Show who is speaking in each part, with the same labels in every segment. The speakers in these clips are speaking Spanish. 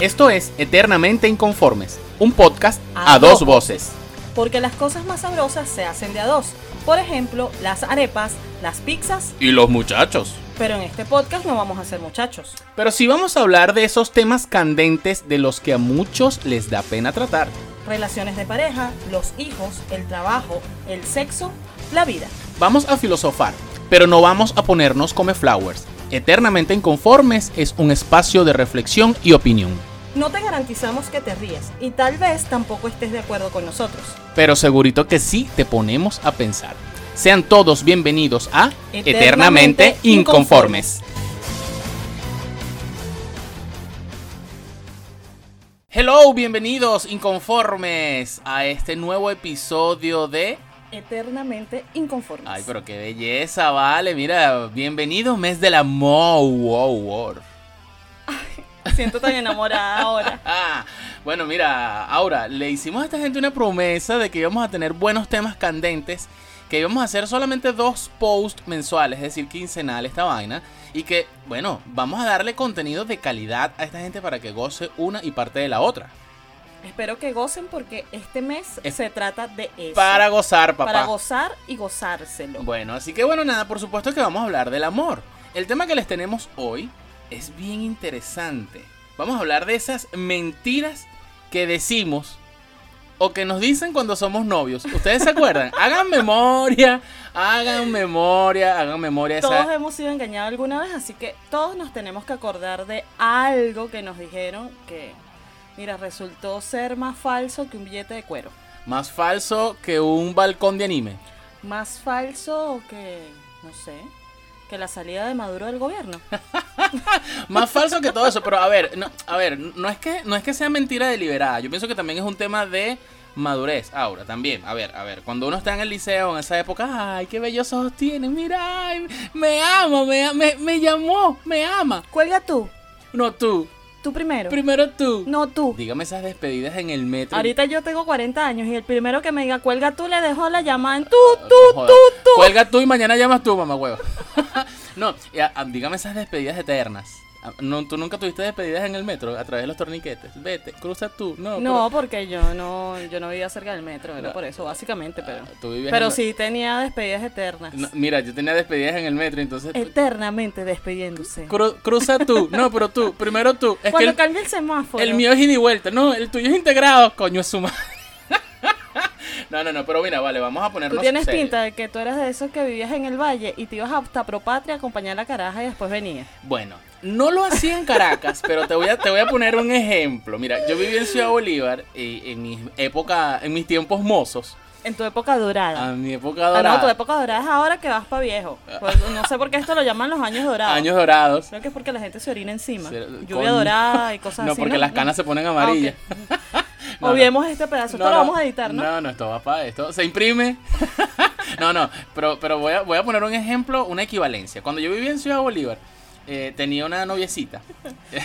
Speaker 1: Esto es Eternamente Inconformes, un podcast a, a dos voces.
Speaker 2: Porque las cosas más sabrosas se hacen de a dos. Por ejemplo, las arepas, las pizzas
Speaker 1: y los muchachos.
Speaker 2: Pero en este podcast no vamos a ser muchachos.
Speaker 1: Pero sí vamos a hablar de esos temas candentes de los que a muchos les da pena tratar.
Speaker 2: Relaciones de pareja, los hijos, el trabajo, el sexo, la vida.
Speaker 1: Vamos a filosofar, pero no vamos a ponernos come flowers. Eternamente Inconformes es un espacio de reflexión y opinión.
Speaker 2: No te garantizamos que te rías y tal vez tampoco estés de acuerdo con nosotros.
Speaker 1: Pero segurito que sí te ponemos a pensar. Sean todos bienvenidos a Eternamente, Eternamente Inconformes. Hello, bienvenidos inconformes a este nuevo episodio de
Speaker 2: eternamente inconformes.
Speaker 1: Ay, pero qué belleza, vale. Mira, bienvenido mes del amor. Wow, wow.
Speaker 2: Ay, siento tan enamorada ahora.
Speaker 1: Ah, bueno, mira, ahora le hicimos a esta gente una promesa de que íbamos a tener buenos temas candentes, que íbamos a hacer solamente dos posts mensuales, es decir, quincenal esta vaina, y que, bueno, vamos a darle contenido de calidad a esta gente para que goce una y parte de la otra.
Speaker 2: Espero que gocen porque este mes es se trata de eso.
Speaker 1: Para gozar, papá.
Speaker 2: Para gozar y gozárselo.
Speaker 1: Bueno, así que bueno, nada, por supuesto que vamos a hablar del amor. El tema que les tenemos hoy es bien interesante. Vamos a hablar de esas mentiras que decimos o que nos dicen cuando somos novios. ¿Ustedes se acuerdan? hagan memoria, hagan memoria, hagan memoria.
Speaker 2: Todos esa... hemos sido engañados alguna vez, así que todos nos tenemos que acordar de algo que nos dijeron que Mira, resultó ser más falso que un billete de cuero.
Speaker 1: Más falso que un balcón de anime.
Speaker 2: Más falso que, no sé, que la salida de Maduro del gobierno.
Speaker 1: más falso que todo eso, pero a ver, no, a ver, no es que no es que sea mentira deliberada. Yo pienso que también es un tema de madurez ahora también. A ver, a ver, cuando uno está en el liceo en esa época, ay, qué bellos ojos tiene, mira, ay, me ama, me, me, me llamó, me ama.
Speaker 2: Cuelga tú.
Speaker 1: No tú.
Speaker 2: Tú primero.
Speaker 1: Primero tú.
Speaker 2: No tú.
Speaker 1: Dígame esas despedidas en el metro.
Speaker 2: Ahorita yo tengo 40 años y el primero que me diga cuelga tú le dejo la llamada en tú, no, tú, no tú, tú.
Speaker 1: Cuelga tú y mañana llamas tú, mamá huevo. no, a, a, dígame esas despedidas eternas. No, tú nunca tuviste despedidas en el metro a través de los torniquetes. Vete, cruza tú. No,
Speaker 2: no pero... porque yo no yo no vivía cerca del metro, era por eso básicamente, pero ah, tú Pero en... sí tenía despedidas eternas.
Speaker 1: No, mira, yo tenía despedidas en el metro, entonces
Speaker 2: eternamente despidiéndose.
Speaker 1: Cru, cruza tú. No, pero tú, primero tú.
Speaker 2: Es Cuando cambia el semáforo.
Speaker 1: El mío es ida y vuelta. No, el tuyo es integrado, coño, es su madre. No, no, no, pero mira, vale, vamos a ponernos
Speaker 2: Tú tienes
Speaker 1: serios.
Speaker 2: pinta de que tú eras de esos que vivías en el valle y te ibas hasta Propatria a acompañar la caraja y después venías.
Speaker 1: Bueno, no lo hacía en Caracas, pero te voy a, te voy a poner un ejemplo. Mira, yo viví en Ciudad Bolívar y en mis época, en mis tiempos mozos.
Speaker 2: En tu época dorada.
Speaker 1: A mi época dorada. Ah,
Speaker 2: no, tu época dorada es ahora que vas para viejo. Pues, no sé por qué esto lo llaman los años dorados.
Speaker 1: Años dorados.
Speaker 2: Creo que es porque la gente se orina encima. Con... Lluvia dorada y cosas
Speaker 1: no,
Speaker 2: así.
Speaker 1: Porque no, porque las canas se ponen amarillas.
Speaker 2: Ah, okay. No, Obviemos no. este pedazo, no, esto lo vamos a editar, ¿no?
Speaker 1: No, no, esto va para esto. Se imprime. no, no, pero, pero voy, a, voy a poner un ejemplo, una equivalencia. Cuando yo vivía en Ciudad Bolívar, eh, tenía una noviecita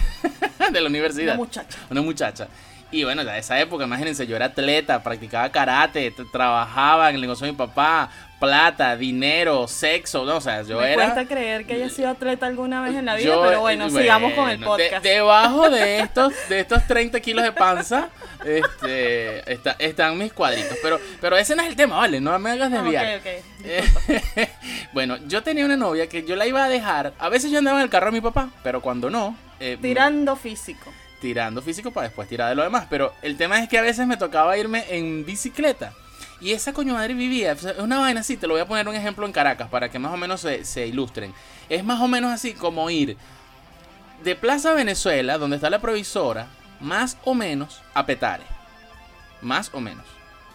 Speaker 1: de la universidad.
Speaker 2: Una muchacha.
Speaker 1: Una muchacha. Y bueno, de esa época, imagínense, yo era atleta, practicaba karate, trabajaba en el negocio de mi papá, plata, dinero, sexo, no, o sea, yo
Speaker 2: Me
Speaker 1: era...
Speaker 2: Me cuesta creer que haya sido atleta alguna vez en la vida, yo, pero bueno, bueno, sigamos con el podcast.
Speaker 1: eh, De, debajo de estos, de estos 30 kilos de panza, este, está, están mis cuadritos, pero, pero ese no es el tema, vale, no me hagas desviar.
Speaker 2: Ah, okay, okay.
Speaker 1: Eh, bueno, yo tenía una novia que yo la iba a dejar, a veces yo andaba en el carro de mi papá, pero cuando no...
Speaker 2: Eh, Tirando físico
Speaker 1: tirando físico para después tirar de lo demás. Pero el tema es que a veces me tocaba irme en bicicleta. Y esa coño madre vivía, es una vaina así, te lo voy a poner un ejemplo en Caracas para que más o menos se, se ilustren. Es más o menos así como ir de Plaza Venezuela, donde está la provisora, más o menos a Petare. Más o menos.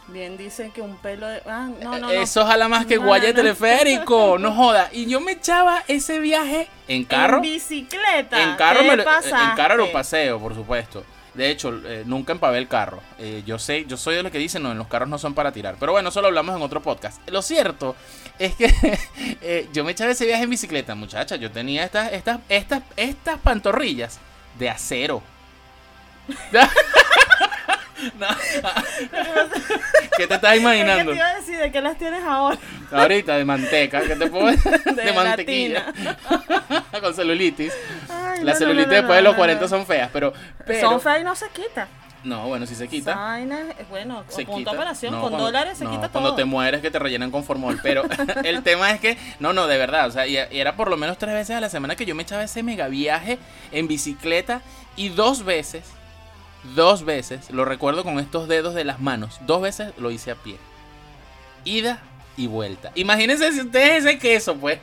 Speaker 2: Bien dicen que un pelo de... Ah, no, no,
Speaker 1: Eso no. jala más que guaya teleférico, no joda. Y yo me echaba ese viaje en carro.
Speaker 2: En bicicleta.
Speaker 1: En carro, me lo, en carro lo paseo, por supuesto. De hecho, eh, nunca empavé el carro. Eh, yo sé, yo soy de los que dicen, no, en los carros no son para tirar. Pero bueno, eso lo hablamos en otro podcast. Lo cierto es que eh, yo me echaba ese viaje en bicicleta, muchacha. Yo tenía estas, estas, estas, estas pantorrillas de acero. No. ¿Qué te estás imaginando?
Speaker 2: ¿Qué te iba a decir? ¿De qué las tienes ahora?
Speaker 1: Ahorita de manteca, ¿qué te puedo decir? De,
Speaker 2: De
Speaker 1: mantequilla. Con celulitis.
Speaker 2: Ay,
Speaker 1: Las
Speaker 2: no, no, no,
Speaker 1: celulitis
Speaker 2: no,
Speaker 1: después de
Speaker 2: no,
Speaker 1: los
Speaker 2: no,
Speaker 1: 40
Speaker 2: no.
Speaker 1: son feas, pero. pero
Speaker 2: Son feas y no se quita.
Speaker 1: No, bueno, si se quita.
Speaker 2: Esa vaina es- bueno, o
Speaker 1: se
Speaker 2: punto
Speaker 1: quita.
Speaker 2: operación,
Speaker 1: No,
Speaker 2: con
Speaker 1: cuando-
Speaker 2: dólares se
Speaker 1: no,
Speaker 2: quita
Speaker 1: Cuando
Speaker 2: todo.
Speaker 1: te mueres que te rellenan con formol. Pero el tema es que, no, no, de verdad. O sea, y, y era por lo menos tres veces a la semana que yo me echaba ese mega viaje en bicicleta. Y dos veces, dos veces, lo recuerdo con estos dedos de las manos. Dos veces lo hice a pie. Ida y vuelta. Imagínense si ustedes ese queso, pues.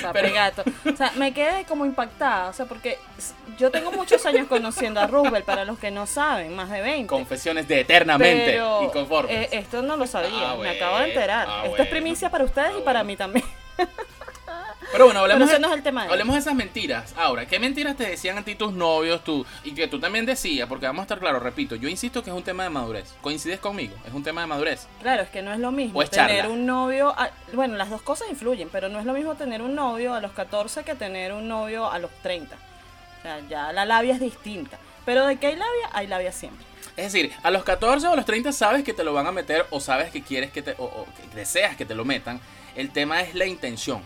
Speaker 2: Sape
Speaker 1: Pero-
Speaker 2: gato. O sea, me quedé como impactada, o sea, porque s- yo tengo muchos años conociendo a Roosevelt, para los que no saben, más de 20.
Speaker 1: Confesiones de eternamente
Speaker 2: Pero,
Speaker 1: inconformes.
Speaker 2: eh, esto no lo sabía,
Speaker 1: Ah,
Speaker 2: me acabo de
Speaker 1: bueno,
Speaker 2: enterar.
Speaker 1: ah,
Speaker 2: Esto es
Speaker 1: bueno.
Speaker 2: primicia para ustedes y
Speaker 1: Ah,
Speaker 2: para
Speaker 1: bueno.
Speaker 2: mí también.
Speaker 1: pero bueno, hablemos
Speaker 2: Pero ese
Speaker 1: de-
Speaker 2: no es el tema de
Speaker 1: Hablemos de esas mentiras. Ahora, ¿qué mentiras te decían a ti tus novios tú? Y que tú también decías, porque vamos a estar claros, repito, yo insisto que es un tema de madurez. ¿Coincides conmigo? Es un tema de madurez.
Speaker 2: Claro, es que no es lo mismo
Speaker 1: O es
Speaker 2: tener
Speaker 1: Pues charla.
Speaker 2: un novio. a- bueno, las dos cosas influyen, pero no es lo mismo tener un novio a los 14 que tener un novio a los 30. O sea, ya la labia es distinta. Pero de que hay labia, hay labia siempre.
Speaker 1: Es decir, a los 14 o a los 30 sabes que te lo van a meter o sabes que quieres que te, o, o que deseas que te lo metan. El tema es la intención.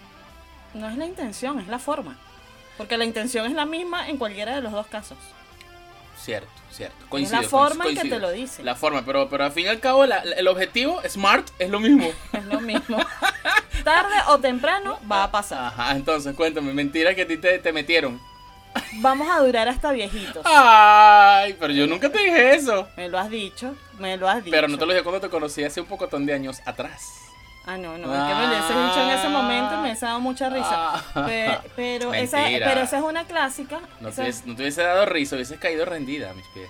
Speaker 2: No es la intención, es la forma. Porque la intención es la misma en cualquiera de los dos casos.
Speaker 1: Cierto, cierto.
Speaker 2: Es
Speaker 1: Coincido,
Speaker 2: la forma
Speaker 1: coinc-
Speaker 2: en que te
Speaker 1: coincido.
Speaker 2: lo dicen.
Speaker 1: La forma, pero, pero al fin y al cabo la- la- el objetivo, smart, es lo mismo.
Speaker 2: Es lo mismo. Tarde o temprano va a pasar.
Speaker 1: Ajá, entonces cuéntame, mentiras que a ti te, te metieron.
Speaker 2: Vamos a durar hasta viejitos.
Speaker 1: Ah. Ay, pero yo nunca te dije eso.
Speaker 2: Me lo has dicho, me lo has dicho.
Speaker 1: Pero no te lo dije cuando te conocí hace un pocotón de años atrás.
Speaker 2: Ah, no, no, es que me lo hubiese dicho en ese momento y me hubiese dado mucha risa.
Speaker 1: Ah.
Speaker 2: Pe- Pero, esa,
Speaker 1: Mentira.
Speaker 2: pero esa es una clásica.
Speaker 1: No te,
Speaker 2: Esa-
Speaker 1: hubies- no te hubiese dado risa, hubieses caído rendida a mis pies.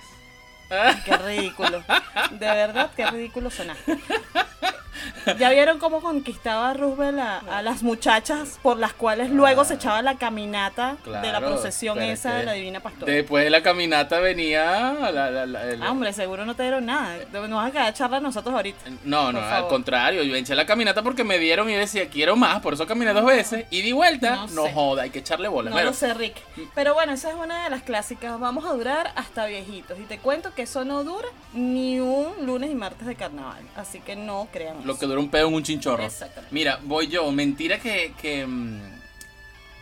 Speaker 2: Qué ridículo. De verdad, qué ridículo sonaste. ¿Ya vieron cómo conquistaba Roosevelt a, a las muchachas por las cuales luego se echaba la caminata de la
Speaker 1: Ah. Claro,
Speaker 2: procesión
Speaker 1: pero es
Speaker 2: esa
Speaker 1: que
Speaker 2: de la Divina Pastora?
Speaker 1: Después de la caminata venía la- la- la- el-
Speaker 2: Ah, hombre, seguro no te dieron nada.
Speaker 1: Eh.
Speaker 2: Nos vas a quedar a charlar nosotros ahorita.
Speaker 1: No, no,
Speaker 2: por
Speaker 1: al
Speaker 2: favor.
Speaker 1: contrario, yo eché la caminata porque me dieron y decía quiero más, por eso caminé dos veces y di vuelta. No,
Speaker 2: No sé.
Speaker 1: joda, hay que echarle bola.
Speaker 2: No
Speaker 1: Bueno,
Speaker 2: lo sé, Rick. Pero bueno, esa es una de las clásicas. Vamos a durar hasta viejitos. Y te cuento que eso no dura ni un lunes y martes de carnaval. Así que no crean
Speaker 1: Lo
Speaker 2: eso.
Speaker 1: que dura un pedo en un chinchorro.
Speaker 2: Exactamente.
Speaker 1: Mira, voy yo. Mentira que, que, mm,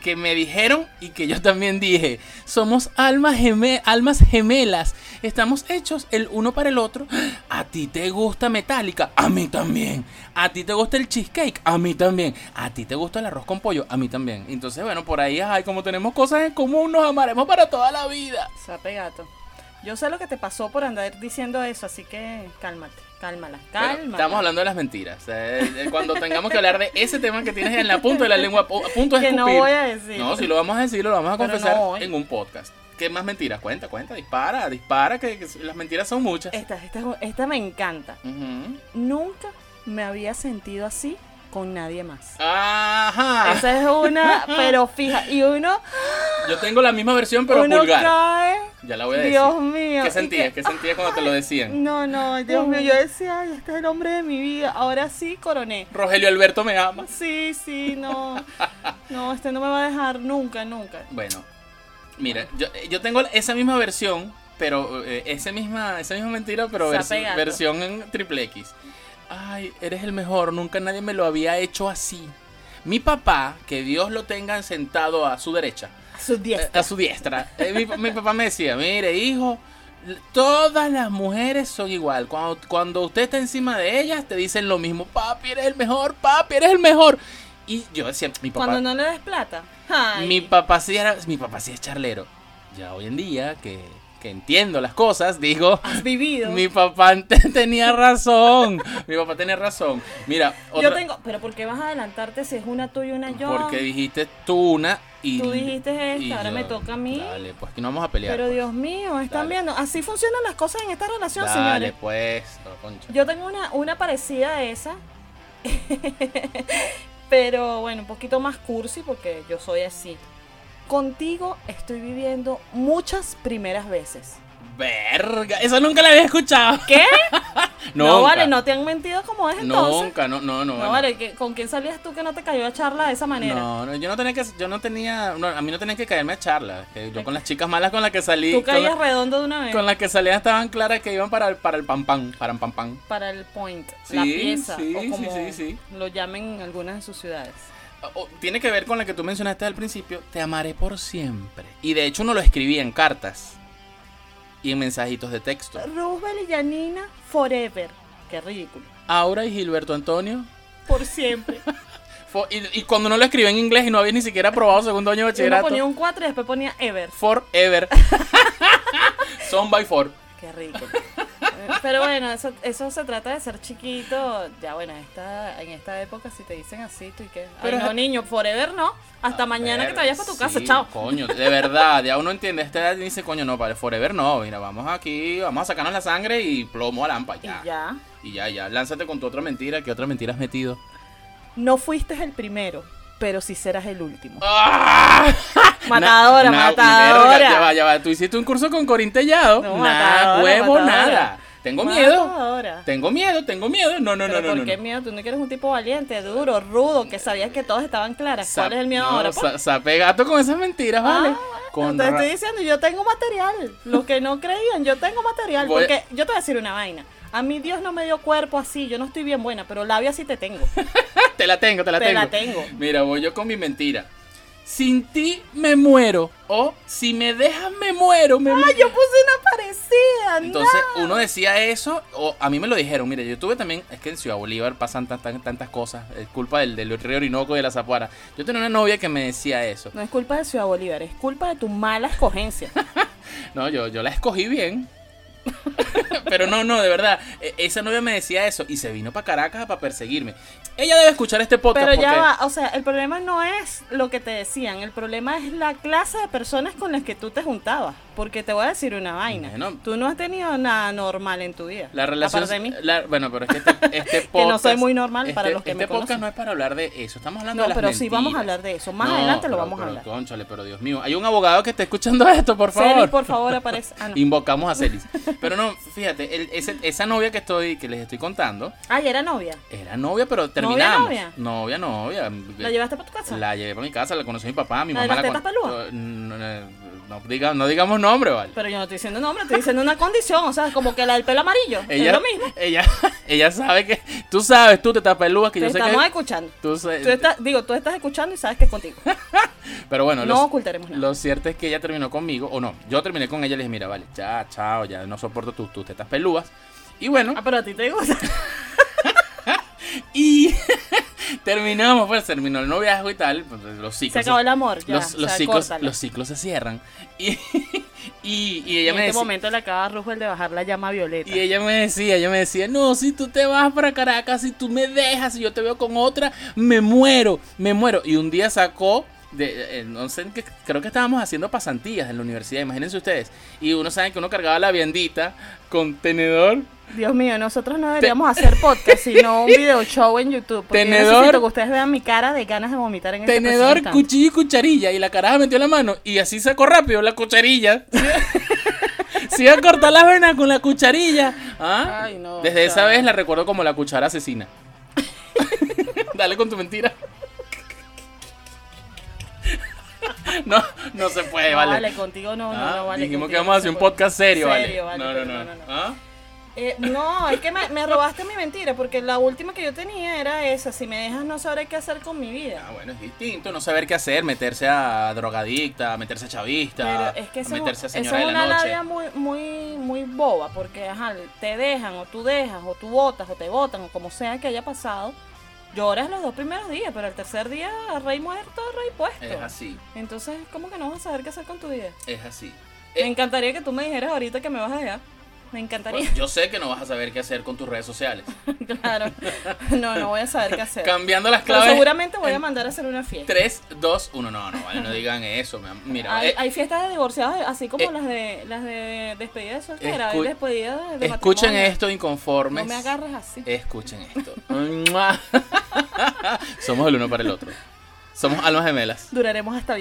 Speaker 1: que me dijeron y que yo también dije. Somos almas, geme- almas gemelas. Estamos hechos el uno para el otro. A ti te gusta Metallica. A mí también. A ti te gusta el cheesecake. A mí también. A ti te gusta el arroz con pollo. A mí también. Entonces, bueno, por ahí, ay, como tenemos cosas en común, nos amaremos para toda la vida.
Speaker 2: Sape gato. Yo sé lo que te pasó por andar diciendo eso, así que cálmate, cálmala,
Speaker 1: Bueno,
Speaker 2: cálmala.
Speaker 1: estamos hablando de las mentiras. Eh, eh, cuando tengamos que hablar de ese tema que tienes en la punta de la lengua, pu- a punto de
Speaker 2: Que no
Speaker 1: escupir.
Speaker 2: voy a decir.
Speaker 1: No, si lo vamos a decir, lo vamos a
Speaker 2: Pero
Speaker 1: confesar
Speaker 2: no hoy.
Speaker 1: en un podcast. ¿Qué más mentiras? Cuenta, cuenta, dispara, dispara, que, que las mentiras son muchas.
Speaker 2: Esta, esta, es- esta me encanta.
Speaker 1: Ujú.
Speaker 2: Nunca me había sentido así con nadie más.
Speaker 1: Ajá.
Speaker 2: Esa es una, pero fija. Y uno,
Speaker 1: Yo tengo la misma versión, pero
Speaker 2: uno
Speaker 1: vulgar.
Speaker 2: cae.
Speaker 1: Ya la voy a decir.
Speaker 2: Dios mío.
Speaker 1: ¿Qué
Speaker 2: y
Speaker 1: sentías?
Speaker 2: que-
Speaker 1: ¿Qué sentías cuando te lo decían?
Speaker 2: No, no, Dios mío. Yo decía, ay, este es el hombre de mi vida. Ahora sí coroné.
Speaker 1: Rogelio Alberto me ama.
Speaker 2: Sí, sí, no. No, este no me va a dejar nunca, nunca.
Speaker 1: Bueno, mira, yo, yo tengo esa misma versión, pero eh, esa, misma, esa misma mentira, pero
Speaker 2: Está
Speaker 1: versi-
Speaker 2: pegando.
Speaker 1: versión en triple X. Ay, eres el mejor, nunca nadie me lo había hecho así. Mi papá, que Dios lo tenga sentado a su derecha, eh,
Speaker 2: A sus 10.
Speaker 1: a su diestra. Eh, mi, mi papá me decía, mire, hijo, l- todas las mujeres son igual. Cuando, cuando usted está encima de ellas, te dicen lo mismo. Papi, eres el mejor, papi, eres el mejor. Y yo decía, mi papá...
Speaker 2: Cuando no le des plata. Ay.
Speaker 1: Mi papá sí era, mi papá sí es charlero. Ya hoy en día que, que entiendo las cosas, digo,
Speaker 2: Has vivido.
Speaker 1: mi papá antes tenía razón. Mi papá tenía razón. Mira,
Speaker 2: Yo
Speaker 1: otra,
Speaker 2: tengo. Pero ¿por qué vas a adelantarte si es una tú y una yo?
Speaker 1: porque dijiste tú una y
Speaker 2: Tú dijiste
Speaker 1: y
Speaker 2: esta, ahora
Speaker 1: yo-
Speaker 2: me toca a mí.
Speaker 1: Dale, pues que no vamos a pelear.
Speaker 2: pero
Speaker 1: pues.
Speaker 2: Dios mío, están
Speaker 1: Dale.
Speaker 2: viendo. Así funcionan las cosas en esta relación,
Speaker 1: Dale,
Speaker 2: señores.
Speaker 1: pues, no, concha.
Speaker 2: Yo tengo una, una parecida a esa. pero bueno, un poquito más cursi porque yo soy así. Contigo estoy viviendo muchas primeras veces.
Speaker 1: Verga, eso nunca la había escuchado.
Speaker 2: ¿Qué? No,
Speaker 1: Nunca.
Speaker 2: vale, no te han mentido como es entonces.
Speaker 1: Nunca, no, no, no.
Speaker 2: No,
Speaker 1: bueno.
Speaker 2: vale, ¿qué- ¿con quién salías tú que no te cayó a charla de esa manera?
Speaker 1: No, no, yo no tenía que, yo no tenía, no, a mí no tenían que caerme a charla. que Yo con las chicas malas con las que salí,
Speaker 2: tú
Speaker 1: con,
Speaker 2: caías
Speaker 1: la-
Speaker 2: redondo de una vez
Speaker 1: con las que salía estaban claras que iban para el, para el pam pam, para el pam pam.
Speaker 2: para el point,
Speaker 1: Sí,
Speaker 2: la pieza,
Speaker 1: sí, sí,
Speaker 2: o como
Speaker 1: sí, sí.
Speaker 2: lo llamen en algunas de sus ciudades.
Speaker 1: O- tiene que ver con la que tú mencionaste al principio, te amaré por siempre. Y de hecho uno lo escribía en cartas y en mensajitos de texto.
Speaker 2: Roosevelt y Janina Forever. Qué ridículo.
Speaker 1: Aura y Gilberto Antonio.
Speaker 2: Por siempre.
Speaker 1: fo- y, y cuando no lo escribía en inglés y no había ni siquiera aprobado segundo año de
Speaker 2: Uno
Speaker 1: bachillerato.
Speaker 2: ponía un 4 y después ponía Ever.
Speaker 1: Forever. Son by four.
Speaker 2: Qué ridículo. Eh, Pero bueno, eso, eso se trata de ser chiquito. Ya bueno, esta, en esta época si te dicen así, tú y qué. Ay,
Speaker 1: Pero-
Speaker 2: no, niño, forever no. Hasta
Speaker 1: A
Speaker 2: mañana que
Speaker 1: ver,
Speaker 2: te vayas para tu casa,
Speaker 1: Ah, sí,
Speaker 2: chao.
Speaker 1: Coño, de verdad, ya uno entiende a esta edad y dice, coño, no, para el Forever no, mira, vamos aquí, vamos a sacarnos la sangre y plomo a lampa,
Speaker 2: Y
Speaker 1: ya.
Speaker 2: ya.
Speaker 1: Y ya, ya, lánzate con tu otra mentira, ¿qué otra mentira has metido?
Speaker 2: No fuiste el primero, pero sí serás el último.
Speaker 1: ¡Ah! Na-
Speaker 2: Matadora,
Speaker 1: na-
Speaker 2: matadora.
Speaker 1: verga, Ya va, ya va, tú hiciste un curso con Corín Tellado,
Speaker 2: No,
Speaker 1: nada,
Speaker 2: matadora,
Speaker 1: huevo,
Speaker 2: matadora.
Speaker 1: nada. Tengo miedo,
Speaker 2: Matadora.
Speaker 1: tengo miedo, tengo miedo, no, no, no,
Speaker 2: Pero
Speaker 1: no,
Speaker 2: ¿por
Speaker 1: no,
Speaker 2: qué
Speaker 1: no.
Speaker 2: miedo? Tú no quieres un tipo valiente, duro, rudo, que sabías que todas estaban claras. ¿Cuál
Speaker 1: Sa-
Speaker 2: es el miedo
Speaker 1: no,
Speaker 2: ahora? Pues,
Speaker 1: sa- sape gato con esas mentiras, ¿vale?
Speaker 2: Ah,
Speaker 1: con
Speaker 2: te
Speaker 1: ra-
Speaker 2: estoy diciendo, yo tengo material. Los que no creían, yo tengo material.
Speaker 1: Voy a-
Speaker 2: Porque yo te voy a decir una vaina. A mí Dios no me dio cuerpo así, yo no estoy bien buena, pero labia sí te tengo.
Speaker 1: Te la tengo, te la
Speaker 2: Te
Speaker 1: tengo.
Speaker 2: la tengo.
Speaker 1: Mira, voy yo con mi mentira. Sin ti me muero. O si me dejas me muero. Me muero.
Speaker 2: ¡Ay, yo puse una parecida! no.
Speaker 1: Entonces uno decía eso, o a mí me lo dijeron. Mira, yo tuve también, es que en Ciudad Bolívar pasan tan- tan- tantas cosas. Es culpa del, del río Orinoco y de la Zapuara. Yo tenía una novia que me decía eso.
Speaker 2: No es culpa de Ciudad Bolívar, es culpa de tu mala escogencia.
Speaker 1: No, yo, yo la escogí bien. Pero no, no, de verdad. e- Esa novia me decía eso y se vino para Caracas para perseguirme. Ella debe escuchar este podcast.
Speaker 2: Pero ya
Speaker 1: porque-
Speaker 2: va, o sea, el problema no es lo que te decían, el problema es la clase de personas con las que tú te juntabas. Porque te voy a decir una vaina.
Speaker 1: Bueno.
Speaker 2: Tú no has tenido nada normal en tu vida.
Speaker 1: La relación.
Speaker 2: Aparte de mí.
Speaker 1: la- bueno, pero es que este, este podcast.
Speaker 2: Que no soy muy normal
Speaker 1: este-
Speaker 2: para los que
Speaker 1: este
Speaker 2: me
Speaker 1: podcast
Speaker 2: conocen.
Speaker 1: no es para hablar de eso. Estamos hablando de
Speaker 2: No,
Speaker 1: las
Speaker 2: pero sí vamos a
Speaker 1: mentiras.
Speaker 2: hablar de eso. Más
Speaker 1: No,
Speaker 2: adelante lo
Speaker 1: pero-
Speaker 2: vamos a
Speaker 1: pero,
Speaker 2: hablar.
Speaker 1: cónchale, pero Dios mío. Hay un abogado que está escuchando esto, por favor.
Speaker 2: Celis, por favor, aparece. Ah, no.
Speaker 1: Invocamos a Celis. Pero no, fíjate, el- ese- esa novia que estoy, que les estoy contando,
Speaker 2: Ay, era novia.
Speaker 1: era novia, pero terminamos.
Speaker 2: novia?
Speaker 1: novia? Novia,
Speaker 2: ¿La llevaste para tu casa?
Speaker 1: La llevé para mi casa, la conoció mi papá, mi
Speaker 2: ¿La de
Speaker 1: mamá
Speaker 2: las
Speaker 1: la
Speaker 2: tetas
Speaker 1: con-
Speaker 2: peludas?
Speaker 1: No, no, no diga- no digamos nombre, vale.
Speaker 2: Pero yo no estoy diciendo nombre, estoy diciendo una condición. O sea, como que la del pelo amarillo.
Speaker 1: Ella,
Speaker 2: es lo mismo.
Speaker 1: ella, ella sabe que. Tú sabes, tú te tapelúas que
Speaker 2: Te
Speaker 1: yo sé que. Eh,
Speaker 2: estamos escuchando.
Speaker 1: tú sé-
Speaker 2: Tú estás, digo, tú estás escuchando y sabes que es contigo.
Speaker 1: Pero bueno,
Speaker 2: No
Speaker 1: lo-
Speaker 2: ocultaremos nada.
Speaker 1: Lo cierto es que ella terminó conmigo, o no, yo terminé con ella y le dije, mira, vale, ya, chao, ya no soporto tus, tus tetas pelúas. Y bueno,
Speaker 2: Ah, pero a ti te gusta.
Speaker 1: y terminamos, pues terminó el noviazgo y tal, pues, los
Speaker 2: Se
Speaker 1: ciclos.
Speaker 2: acabó el amor. Ya,
Speaker 1: los,
Speaker 2: o
Speaker 1: los
Speaker 2: sea,
Speaker 1: ciclos,
Speaker 2: córtala.
Speaker 1: los ciclos se cierran. Y, y, y
Speaker 2: Y
Speaker 1: ella
Speaker 2: en
Speaker 1: me
Speaker 2: este
Speaker 1: decía.
Speaker 2: momento le acaba a Roosevelt de bajar la llama violeta.
Speaker 1: Y ella me decía, ella me decía, no, si tú te vas para Caracas, si tú me dejas, si yo te veo con otra, me muero, me muero. Y un día sacó, de, eh, no sé, en qué- creo que estábamos haciendo pasantías en la universidad, imagínense ustedes. Y uno sabe que uno cargaba la viandita con tenedor.
Speaker 2: Dios mío, nosotros no deberíamos hacer podcast, sino un video show en YouTube. Porque yo
Speaker 1: Tenedor.
Speaker 2: necesito que ustedes vean mi cara de ganas de vomitar en este
Speaker 1: Tenedor,
Speaker 2: preciso instante.
Speaker 1: cuchillo y cucharilla. Y la caraja metió la mano y así sacó rápido la cucharilla. Se iba a cortar las venas con la cucharilla. ¿Ah?
Speaker 2: Ay, no,
Speaker 1: Desde esa
Speaker 2: chao.
Speaker 1: vez la recuerdo como la cuchara asesina. Dale con tu mentira. No, no se puede,
Speaker 2: No,
Speaker 1: vale.
Speaker 2: vale. contigo no, no,
Speaker 1: Ah,
Speaker 2: no, vale.
Speaker 1: dijimos que
Speaker 2: contigo
Speaker 1: vamos a
Speaker 2: no
Speaker 1: hacer un
Speaker 2: se puede.
Speaker 1: podcast serio,
Speaker 2: Serio,
Speaker 1: vale.
Speaker 2: vale,
Speaker 1: No, no,
Speaker 2: pero
Speaker 1: no.
Speaker 2: no, no, no.
Speaker 1: ¿Ah?
Speaker 2: Eh, no, es que me, me robaste mi mentira, porque la última que yo tenía era esa. Si me dejas, no sabré qué hacer con mi vida.
Speaker 1: Ah, bueno, es distinto no saber qué hacer, meterse a drogadicta, meterse a
Speaker 2: Pero
Speaker 1: chavista,
Speaker 2: es que eso, es un-
Speaker 1: meterse Ah, a
Speaker 2: eso es
Speaker 1: señora de
Speaker 2: una
Speaker 1: la noche.
Speaker 2: labia muy, muy, muy boba, porque ajá, te dejan, o tú dejas, o tú votas, o te votan, o como sea que haya pasado. Lloras los dos primeros días, pero el tercer día, rey muerto, rey puesto.
Speaker 1: Es así,
Speaker 2: Entonces, ¿cómo que no vas a saber qué hacer con tu vida?
Speaker 1: es así. Eh,
Speaker 2: Me encantaría que tú me dijeras ahorita que me vas a dejar. Me encantaría.
Speaker 1: Bueno, pues, yo sé que no vas a saber qué hacer con tus redes sociales.
Speaker 2: claro. No, no voy a saber qué hacer.
Speaker 1: Cambiando las
Speaker 2: Pero
Speaker 1: claves.
Speaker 2: seguramente voy a mandar a hacer una fiesta.
Speaker 1: 3, 2, 1. No, no, vale, no digan eso. mi am- Mira,
Speaker 2: Hay,
Speaker 1: eh,
Speaker 2: hay fiestas de divorciados, así como
Speaker 1: eh,
Speaker 2: las de las de despedida de soltera, hay
Speaker 1: escu-
Speaker 2: despedida de, de
Speaker 1: escuchen
Speaker 2: matrimonio.
Speaker 1: esto, Eh, inconformes.
Speaker 2: No me agarres así.
Speaker 1: Escuchen esto. Mua. Somos el uno para el otro. Somos almas gemelas.
Speaker 2: Duraremos hasta
Speaker 1: Ah, ya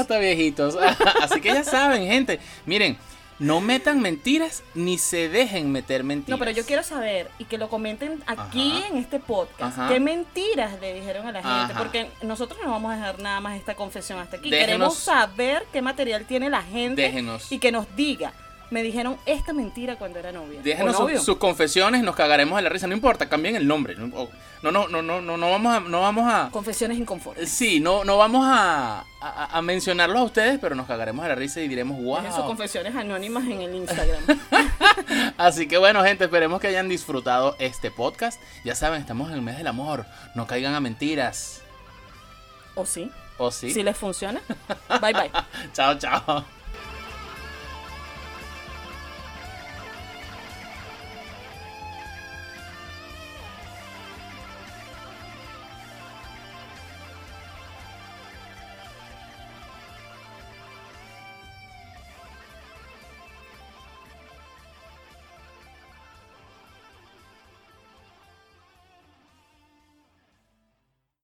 Speaker 1: está viejitos. Así que ya saben, gente. Miren, No metan mentiras ni se dejen meter mentiras.
Speaker 2: No, pero yo quiero saber y que lo comenten aquí
Speaker 1: Ajá.
Speaker 2: en este podcast.
Speaker 1: Ajá.
Speaker 2: ¿Qué mentiras le dijeron a la gente?
Speaker 1: Ajá.
Speaker 2: Porque nosotros no vamos a dejar nada más esta confesión hasta aquí.
Speaker 1: Déjenos-
Speaker 2: Queremos saber qué material tiene la gente
Speaker 1: Déjenos.
Speaker 2: y que nos diga. Me dijeron esta mentira cuando era novia.
Speaker 1: Déjenos
Speaker 2: ¿O
Speaker 1: su-
Speaker 2: novio?
Speaker 1: sus confesiones, nos cagaremos de la risa, no importa, cambien el nombre. No, o- no, no, no, no, no, no vamos a, no vamos a,
Speaker 2: confesiones inconformes.
Speaker 1: sí, no, no vamos a, a, a mencionarlos a ustedes, pero nos cagaremos de la risa y diremos wow.
Speaker 2: Dejen sus confesiones anónimas en el Instagram.
Speaker 1: Así que bueno, gente, esperemos que hayan disfrutado este podcast. Ya saben, estamos en el mes del amor, no caigan a mentiras.
Speaker 2: ¿O sí?
Speaker 1: ¿O sí?
Speaker 2: Si les funciona. Bye bye.
Speaker 1: Chao, chao.